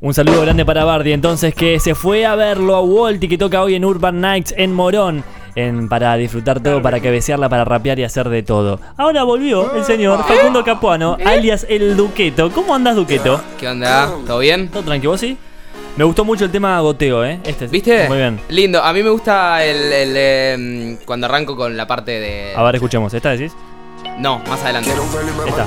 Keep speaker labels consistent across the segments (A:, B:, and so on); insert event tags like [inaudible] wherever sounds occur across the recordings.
A: Un saludo grande para Bardi, entonces que se fue a verlo a Walt y que toca hoy en Urban Nights en Morón. en- para disfrutar todo, para cabecearla, para rapear y hacer de todo. Ahora volvió el señor Facundo Capuano, alias el Duqueto. ¿Cómo andas, Duqueto?
B: ¿Qué onda? ¿Todo bien?
A: ¿Todo tranquilo, vos sí? Me gustó mucho el tema goteo, ¿eh? Este,
B: ¿Viste?
A: Muy bien.
B: Lindo. A mí me gusta el, el, em, cuando arranco con la parte de.
A: A ver, escuchemos. ¿Esta decís?
B: No, más adelante.
A: Esta.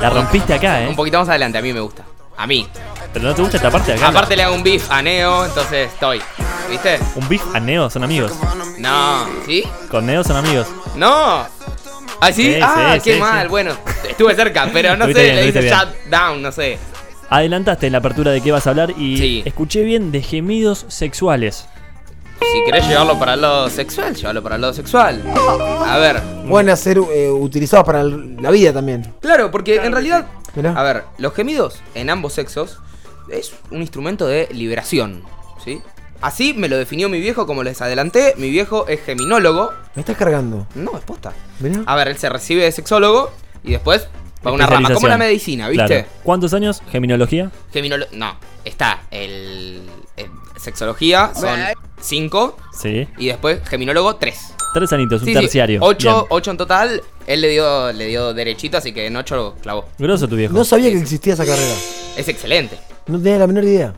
A: La rompiste acá, ¿eh?
B: Un poquito más adelante, a mí me gusta. A mí.
A: Pero no te gusta esta parte de acá.
B: Aparte le hago un beef a Neo, entonces estoy. ¿Viste?
A: Un beef a Neo son amigos.
B: No. ¿Sí?
A: Con Neo son amigos.
B: No. ¿Ah, sí?
A: Sí,
B: ah,
A: sí,
B: qué
A: sí,
B: mal.
A: sí.
B: Bueno, estuve cerca, pero no sé,
A: Estuviste bien,
B: le hice
A: estuviste bien.
B: shut down, no sé.
A: Adelantaste la apertura de qué vas a hablar y
B: Sí.
A: escuché bien de gemidos sexuales.
B: Si querés llevarlo para el lado sexual, llévalo para el lado sexual. A ver.
C: Pueden ser eh, utilizados para el- la vida también.
B: Claro, porque en realidad.
C: Mirá.
B: A ver, los gemidos en ambos sexos es un instrumento de liberación. ¿Sí? Así me lo definió mi viejo, como les adelanté. Mi viejo es geminólogo.
C: Me estás cargando.
B: No, es posta.
C: Mirá.
B: A ver, él se recibe de sexólogo y después va a una rama, como
A: Especialización.
B: la medicina, Ah, ¿viste?
A: Claro. ¿Cuántos años? Geminología.
B: Geminolo- No, está el, el sexología, son cinco,
A: Sí.
B: y después geminólogo, tres.
A: Tres anitos, un
B: Sí, sí,
A: terciario.
B: Ocho,
A: Bien.
B: ocho en total. Él le dio, le dio derechito, así que en ocho lo clavó.
A: Grosso tu viejo.
C: No sabía que existía esa carrera.
B: Es excelente.
C: No tenía la menor idea.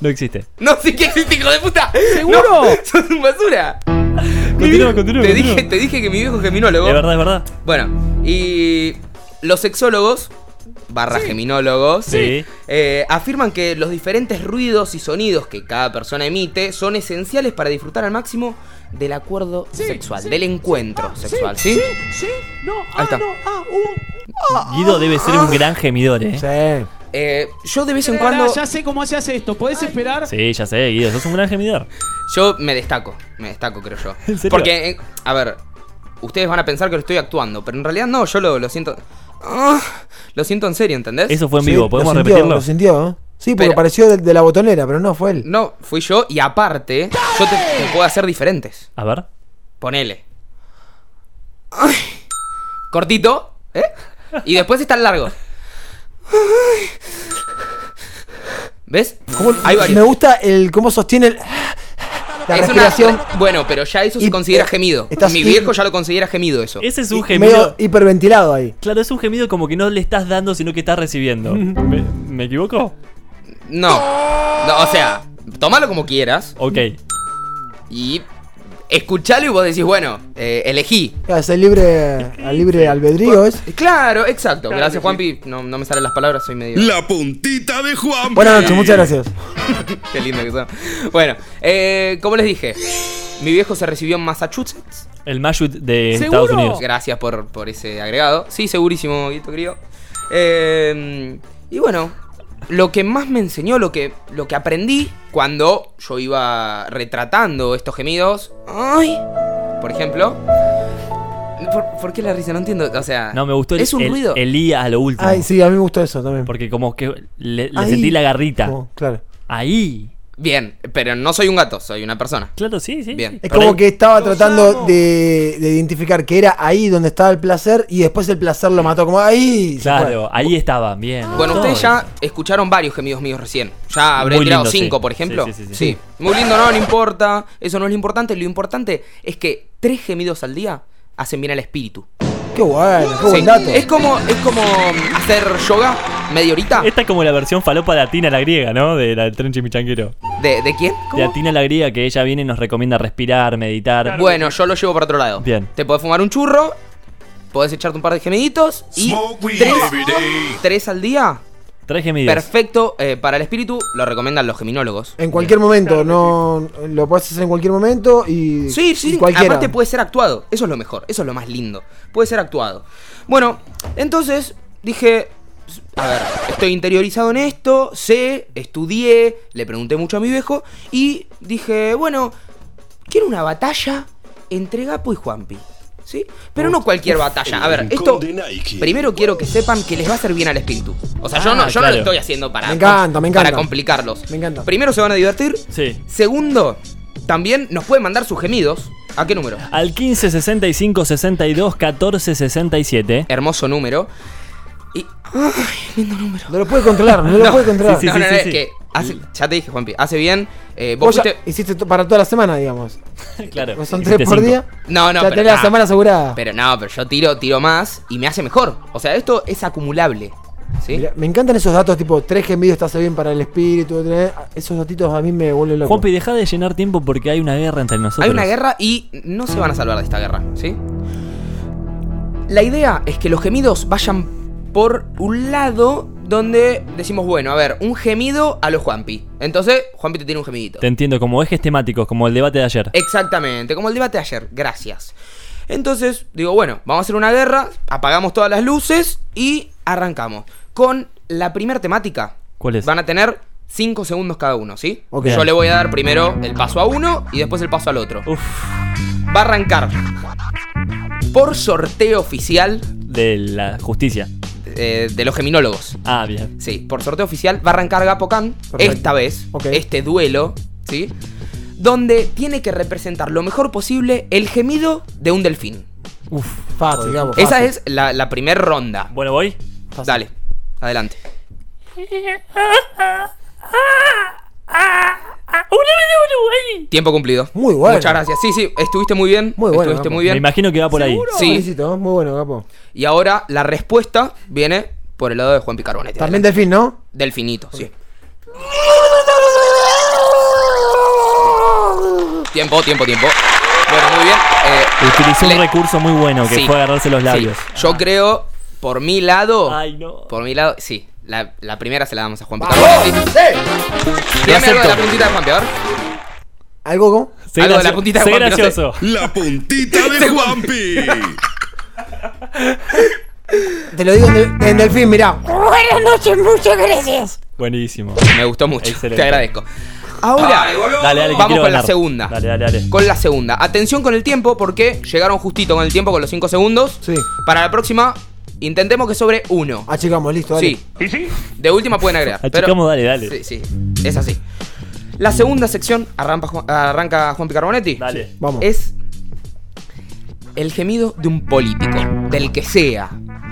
A: No existe.
B: No, sí que existe, este hijo de puta.
A: ¿Seguro?
B: No, [laughs] sos un basura. Mi
A: Continúa,
B: viejo-
A: continúa,
B: Te
A: continúa.
B: dije, te dije que mi viejo es geminólogo.
A: Es verdad, es verdad.
B: Bueno, y los sexólogos, barra geminólogos,
A: Sí.
B: eh, afirman que los diferentes ruidos y sonidos que cada persona emite son esenciales para disfrutar al máximo del acuerdo sexual, del encuentro sexual, Ah, ¿sí? Ahí está.
A: Guido debe ser un gran gemidor, eh.
C: Sí.
B: Eh, yo de vez en
D: Pará,
B: cuando,
D: Ya sé cómo se hace esto. ¿Podés esperar?
A: Sí, ya sé, Guido, sos un gran gemidor.
B: yo me destaco, me destaco creo yo.
A: ¿En serio?
B: Porque, eh, a ver, ustedes van a pensar que lo estoy actuando, pero en realidad no, yo lo, lo siento... Ah, lo siento en serio, ¿entendés?
A: Eso fue en
C: Sí,
A: vivo,
C: lo
A: ¿podemos
C: sintió,
A: repetirlo?
C: Lo sintió, ¿eh? Sí, porque
B: Pero-
C: pareció de, de la botonera, pero no fue él.
B: No, fui yo y aparte, yo te, te puedo hacer diferentes.
A: A ver.
B: Ponele. Ay. Cortito, ¿eh? Y después están largos. Ay. ¿Ves?
C: ¿Cómo-
B: Hay
C: me
B: varios.
C: gusta el cómo sostiene el- la
B: Es una-
C: respiración.
B: Bueno, pero ya eso se
C: Y-
B: considera
C: eh,
B: gemido.
C: estás-
B: Mi viejo ya lo considera gemido eso.
A: Ese es un
C: y-
A: gemido.
C: Medio hiperventilado ahí.
A: Claro, es un gemido como que no le estás dando, sino que estás
C: [laughs]
A: recibiendo. ¿Me, me equivoco?
B: No. No, o sea, tómalo como quieras
A: Ok.
B: y escuchalo y vos decís, bueno, eh, elegí.
C: Es el libre, al libre albedrío, ¿es?
B: Claro, exacto. Gracias, Juanpi. No, no me salen las palabras, soy medio.
E: La puntita de Juan.
C: Buenas noches, muchas gracias.
B: [laughs] Qué lindo que son. Bueno, eh, como les dije, mi viejo se recibió en Massachusetts.
A: El Mayut de
D: ¿Seguro?
A: Estados Unidos.
B: Gracias por, por ese agregado. Sí, segurísimo, Guito querido. Eh, y bueno, lo que más me enseñó, lo que, lo que aprendí cuando yo iba retratando estos gemidos. ¡Ay! Por ejemplo. ¿Por, por qué la risa? No entiendo. O sea.
A: No, me gustó el,
B: Es un
A: el-
B: ruido.
A: el I a lo último.
C: Ay, sí, a mí me gustó eso también.
A: Porque como que le, le
C: Ahí. Oh.
A: sentí la garrita.
C: Como- claro.
A: Ahí.
B: Bien, pero no soy un gato, soy una persona.
A: Claro, sí, sí.
B: Bien.
A: sí.
C: Es
A: Por
C: como
A: ahí-
C: que estaba tratando de, de identificar que era ahí donde estaba el placer y después el placer lo mató. Como ahí. se
A: Claro, ahí estaba, bien.
B: Ah. Bueno,
A: Todo
B: ustedes ya
A: eso.
B: escucharon varios gemidos míos recién. Ya habré
A: Muy
B: tirado
A: lindo, sí.
B: cinco, por
A: Sí,
B: ejemplo.
A: sí,
B: Sí,
A: sí, sí.
B: Muy lindo, no, no importa. Eso no es lo importante. Lo importante es que tres gemidos al día hacen bien al espíritu.
C: fue. Qué bueno, qué
B: Sí.
C: buen dato.
B: Es como, es como hacer yoga media horita.
A: Esta es como la versión falopa de Atina la griega, ¿no? De la del tren chimichanquero.
B: ¿De, de quién?
A: De
B: ¿Cómo?
A: Atina la griega que ella viene y nos recomienda respirar, meditar.
B: Bueno, yo lo llevo para otro lado.
A: Bien.
B: Te podés fumar un churro, podés echarte un par de gemiditos y
E: Smoke weed
B: tres,
E: every day.
B: tres al día.
A: Tres gemidos.
B: Perfecto eh, para el espíritu, lo recomiendan los geminólogos.
C: En cualquier momento, no lo puedes hacer en cualquier momento y,
B: Sí,
C: y
B: sí,
C: cualquiera.
B: aparte puede ser actuado. Eso es lo mejor, eso es lo más lindo. Puede ser actuado. Bueno, entonces dije, a ver, estoy interiorizado en esto, sé, estudié, le pregunté mucho a mi viejo y dije, bueno, quiero una batalla entre Gapo y Juanpi. ¿Sí? Pero no cualquier batalla. A ver, esto. Primero quiero que sepan que les va a hacer bien al espíritu. O sea, yo
A: Ah,
B: no, yo no
A: claro.
B: lo estoy haciendo para,
C: Me encanta, me encanta.
B: para complicarlos.
C: Me encanta.
B: Primero se van a divertir.
A: Sí.
B: Segundo, también nos pueden mandar sus gemidos. ¿A qué número?
A: Al 15 65 62 14 67.
B: [laughs] Hermoso número. Y. ¡Ay! Lindo número.
C: No lo puede controlar, no lo puede controlar.
A: sí,
B: [laughs] no,
A: sí,
B: no, no,
A: sí,
B: es
A: sí.
B: que hace- ya te dije, Juanpi, hace bien. eh, vos
C: Vos ya
B: fuiste-
C: hiciste to- para toda la semana, digamos.
A: Claro.
C: Vos son
A: hiciste
C: tres por
A: Este cinco.
C: día.
B: No, no,
C: ya
B: pero
C: tenés la
B: nah.
C: semana asegurada.
B: Pero no, pero yo tiro, tiro más y me hace mejor. O sea, esto es acumulable. ¿Sí?
C: Mirá, me encantan esos datos tipo tres gemidos te hace bien para el espíritu. tres- Esos datitos a mí me vuelven loco.
A: Juanpi, deja de llenar tiempo porque hay una guerra entre nosotros.
B: Hay una guerra y no se van a salvar de esta guerra, ¿sí? La idea es que los gemidos vayan por un lado donde decimos, bueno, a ver, un gemido a los Juanpi. Entonces, Juanpi te tiene un gemidito.
A: Te entiendo, como ejes temáticos, como el debate de ayer.
B: Eh. Exactamente, como el debate de ayer, gracias. Entonces, digo, bueno, vamos a hacer una guerra, apagamos todas las luces y arrancamos. Con la primera temática.
A: ¿Cuál es?
B: Van a tener 5 segundos cada uno, ¿sí?
C: Ok.
B: Yo le voy a dar primero el paso a uno y después el paso al otro.
A: Uf,
B: Va a arrancar por sorteo oficial
A: de la justicia.
B: eh, de los geminólogos.
A: Ah, bien.
B: Sí, por sorteo oficial va a arrancar Gapocan
C: Perfecto.
B: esta vez,
C: Ok.
B: este duelo, ¿sí? Donde tiene que representar lo mejor posible el gemido de un delfín.
C: Uf, fácil, Gabo,
B: Esa
C: fácil.
B: es la, la primer ronda.
A: Bueno, voy.
C: Fácil.
B: Dale, adelante. Tiempo cumplido.
C: Muy bueno.
B: Muchas gracias. Sí, sí, estuviste muy bien.
C: Muy bueno,
B: Estuviste
C: Gapo.
B: muy
A: Me
B: bien.
A: imagino que va por ahí.
C: ¿Seguro?
B: Sí.
C: Felicito, muy bueno, capo.
B: Y ahora la respuesta viene por el lado de Juan Picarbonetti.
C: También delfín, ¿no?
B: Delfinito, sí. Tiempo, tiempo, tiempo. Bueno, muy bien. Eh,
A: Utilizó
B: le-
A: un recurso muy bueno que
B: sí,
A: fue agarrarse los
B: sí. Oh.
A: labios.
B: Yo creo, por mi lado.
A: Ay, no.
B: Por mi lado, sí. La, la primera se la damos a Juan Picarbonetti. Tirame algo de la
A: acepto.
B: puntita de Juan, a ver.
C: ¿Algo como?
A: Sé,
B: Algo de la
A: gracio-
B: puntita de
A: sé
B: Juanpi, no sé.
A: gracioso.
E: La puntita de Juanpi.
C: Te lo digo en, del- en delfín, mirá.
F: Buenas noches, muchas gracias.
A: Buenísimo.
B: Me gustó mucho.
A: Excelente.
B: Te agradezco. Ahora,
A: Dale, dale, que
B: vamos
A: quiero
B: con la
A: ganar.
B: segunda.
A: Dale, dale, dale.
B: Con la segunda. Atención con el tiempo porque llegaron justito con el tiempo, con los 5 segundos.
C: Sí.
B: Para la próxima, intentemos que sobre 1.
C: Achicamos, listo, dale.
B: Sí. De última pueden agregar. pero-
A: Achicamos, dale, dale.
B: Sí, sí. Es así. La segunda sección arranca Juan, arranca Juan Picarbonetti.
A: Dale.
C: Vamos.
B: Es el gemido de un político, del que sea,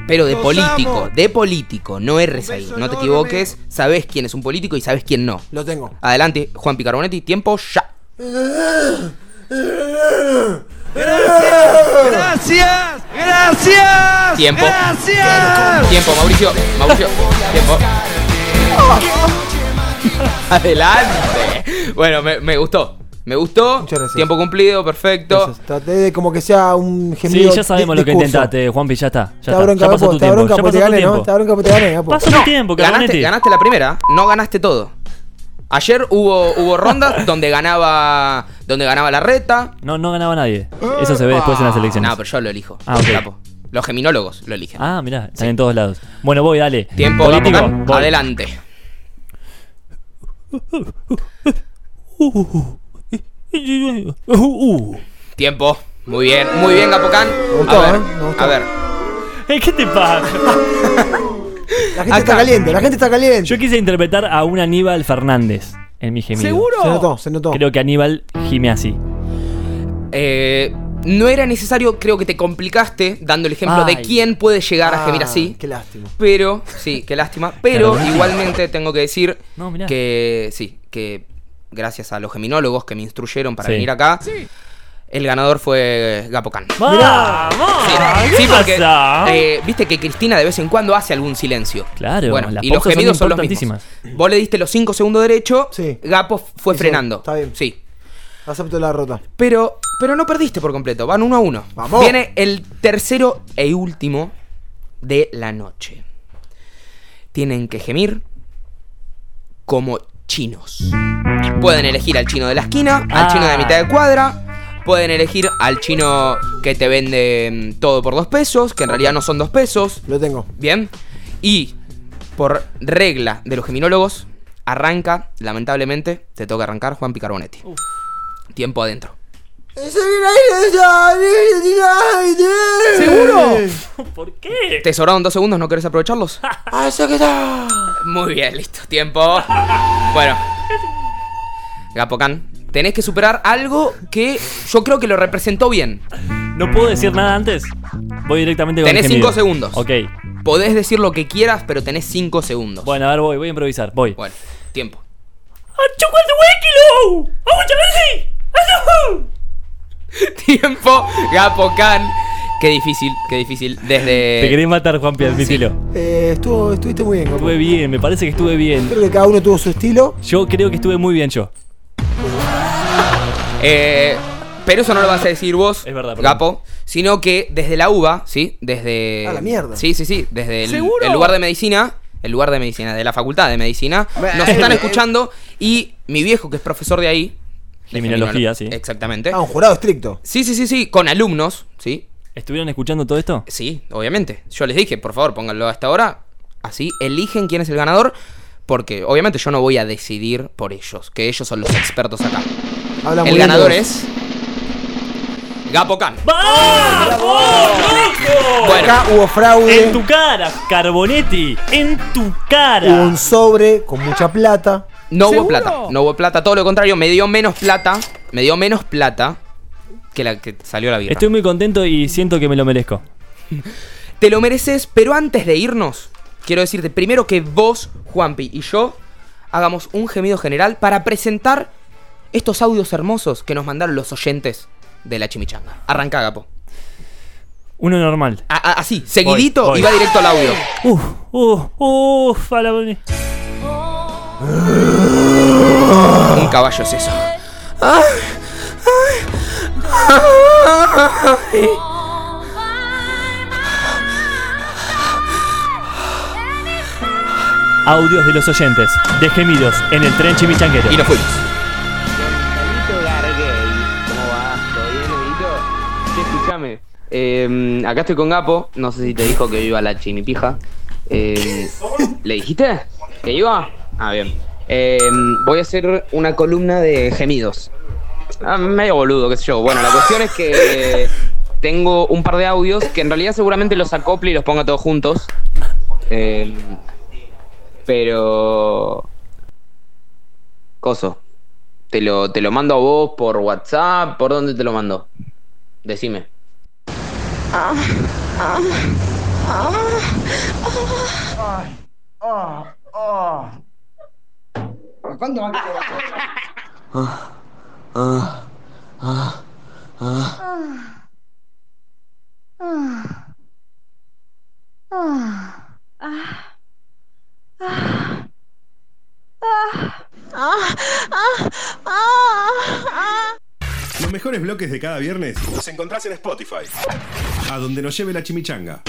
B: pero de político, de político, no erres ahí, no te equivoques, sabes quién es un político y sabes quién no.
C: Lo tengo.
B: Adelante, Juan Picarbonetti, tiempo ya.
D: ¡Gracias! ¡Gracias!
B: Tiempo.
D: ¡Gracias!
B: Tiempo, Mauricio, Mauricio,
C: [laughs]
B: tiempo. Adelante. Bueno, me, me gustó. Me gustó.
C: Muchas gracias.
B: Tiempo cumplido, perfecto.
C: Entonces, traté de como que sea un
A: Sí,
C: gemido.
A: ya sabemos
C: di-
A: lo que
C: discurso.
A: intentaste, Juanpi, ya está. Ya,
C: Está
A: está.
C: bronca,
A: ya pasó
C: Gapo,
A: tu
C: está
A: tiempo.
C: bronca
A: Ya
C: porque
A: pasó
C: te
A: tu
C: gane, ¿no?
A: tiempo.
C: Está bronca porque te gane, Gapo.
A: Pasó tu tiempo,
B: Ganaste,
A: Carbonetti.
B: ganaste la primera, no ganaste todo. Ayer hubo, hubo
C: [laughs]
B: rondas donde ganaba donde ganaba la reta.
A: No, no ganaba nadie. Eso se ve después en las elecciones.
B: No, pero yo lo elijo.
A: Ah, ok.
B: Capo. Los geminólogos lo eligen.
A: Ah, mirá, están en todos lados. Bueno, voy, dale.
B: Tiempo,
A: Político,
B: Gapo,
A: voy.
B: adelante.
A: Uh, uh.
B: Tiempo. Muy bien, muy bien, Capocán.
C: gustó,
B: A ver,
C: ¿eh? Me gustó.
B: a ver.
A: Eh, ¿Qué te
B: [laughs]
A: pasa?
C: La gente
B: Acá.
C: está caliente, la gente está caliente.
A: Yo quise interpretar a un Aníbal Fernández en mi gemido.
C: Se notó, se notó.
A: Creo que Aníbal gime así.
B: Eh, no era necesario, creo que te complicaste dando el ejemplo de
A: Ay.
B: quién puede llegar a gemir
C: Ah,
B: así.
C: Qué lástima.
B: Pero, sí, qué
A: [laughs]
B: lástima. Pero
A: Claro,
B: igualmente tengo que decir
A: No, mirá.
B: que sí, que gracias a los geminólogos que me instruyeron para
A: Sí.
B: venir acá, el ganador fue Gapocan.
A: ¡Vamos!
B: Sí,
A: Ah, ¿Qué
B: sí, porque
A: pasa?
B: eh, viste que Cristina de vez en cuando hace algún silencio.
A: Claro,
B: bueno,
A: las
B: y los
A: pausas son
B: gemidos son, los mismos. Vos le diste los 5 segundos derecho,
C: Sí.
B: Gapo fue
C: Sí, sí,
B: frenando.
C: está bien.
B: Sí.
C: Acepto la rota.
B: Pero, pero no perdiste por completo, van uno a uno.
C: Vamos.
B: Viene el tercero e último de la noche. Tienen que gemir como chinos. Pueden elegir al chino de la esquina, al
A: Ah.
B: chino de la mitad de cuadra. Pueden elegir al chino que te vende mm, todo por dos pesos, que en realidad no son dos pesos.
C: Lo tengo.
B: Bien. Y por regla de los geminólogos, arranca, lamentablemente, te toca arrancar Juan Picarbonetti. Tiempo adentro.
C: ¿Seguro?
A: ¿Por qué?
B: ¿Te sobraron dos segundos? ¿No querés aprovecharlos? Muy bien, listo. Tiempo. Bueno. Gapocan, tenés que superar algo que yo creo que lo representó bien.
A: No puedo decir nada antes. Voy directamente con
B: Tenés
A: el gemido.
B: cinco segundos.
A: Ok.
B: Podés decir lo que quieras, pero tenés 5 segundos.
A: Bueno, a ver, voy, voy a improvisar, voy. ¡Ah,
B: Bueno, tiempo. [laughs] Tiempo, Gapo Khan. Qué difícil, qué difícil.
A: Te
B: Desde.
A: querés matar, Juanpi, admitilo.
C: Eh, estuvo, estuviste muy bien,
A: Estuve
C: Goku.
A: bien, me parece que estuve bien.
C: Creo que cada uno tuvo su estilo.
A: Yo creo que estuve muy bien yo.
B: Eh, pero eso no lo vas a decir vos,
A: Es verdad, perdón.
B: Gapo. Sino que desde la UBA, ¿sí? Desde.
C: Ah, la mierda.
B: Sí, sí, sí. Desde el,
D: ¿Seguro?
B: el lugar de medicina. El lugar de medicina, de la facultad de medicina. Nos
C: eh,
B: están escuchando. Y mi viejo, que es profesor de ahí. de
A: Criminología,
B: criminolo-
A: sí.
B: Exactamente.
C: Ah, un jurado estricto.
B: Sí, sí, sí, sí. Con alumnos, ¿sí?
A: ¿Estuvieron escuchando todo esto?
B: Sí, obviamente. Yo les dije, por favor, pónganlo hasta ahora. Así eligen quién es el ganador. Porque obviamente yo no voy a decidir por ellos, que ellos son los expertos acá.
C: Habla muy
B: el
C: bien
B: ganador
C: de vos.
B: es. Gapo Khan. ¡Ah, Bueno,
C: Acá hubo fraude.
A: ¡Ah, En tu cara, Carbonetti. En tu
C: Hubo
A: cara.
C: un sobre con mucha plata.
B: no hubo
D: ¿Seguro?
B: plata. No hubo plata. Todo lo contrario, me dio menos plata. Me dio menos plata que la que salió la vida.
A: Estoy muy contento y siento que me lo merezco.
B: Te lo mereces, pero antes de irnos, quiero decirte primero que vos, Juanpi y yo, hagamos un gemido general para presentar estos audios hermosos que nos mandaron los oyentes de la chimichanga. Arranca, Gapo.
A: Uno normal.
B: A- a- así, seguidito
A: Voy, voy.
B: y va directo al audio.
A: Uf, uf, uf. a la-
B: Un caballo es eso.
A: Audios de los oyentes. De gemidos en el tren chimichanguero.
B: Y nos fuimos.
G: ¿Cómo va? ¿Todo bien, amiguito? Che, escuchame. Eh, acá estoy con Gapo. No sé si te dijo que iba la chimipija. Eh, ¿Le dijiste? ¿Que iba? Ah, bien. Eh, voy a hacer una columna de gemidos. Ah, medio boludo, qué sé yo. Bueno, la cuestión es que eh, tengo un par de audios que en realidad seguramente los acople y los ponga todos juntos. Eh, pero. Coso. Te lo, te lo mando a vos por WhatsApp, ¿por dónde te lo mando? Decime.
E: Los mejores bloques de cada viernes los encontrás en Spotify. A donde nos lleve la chimichanga.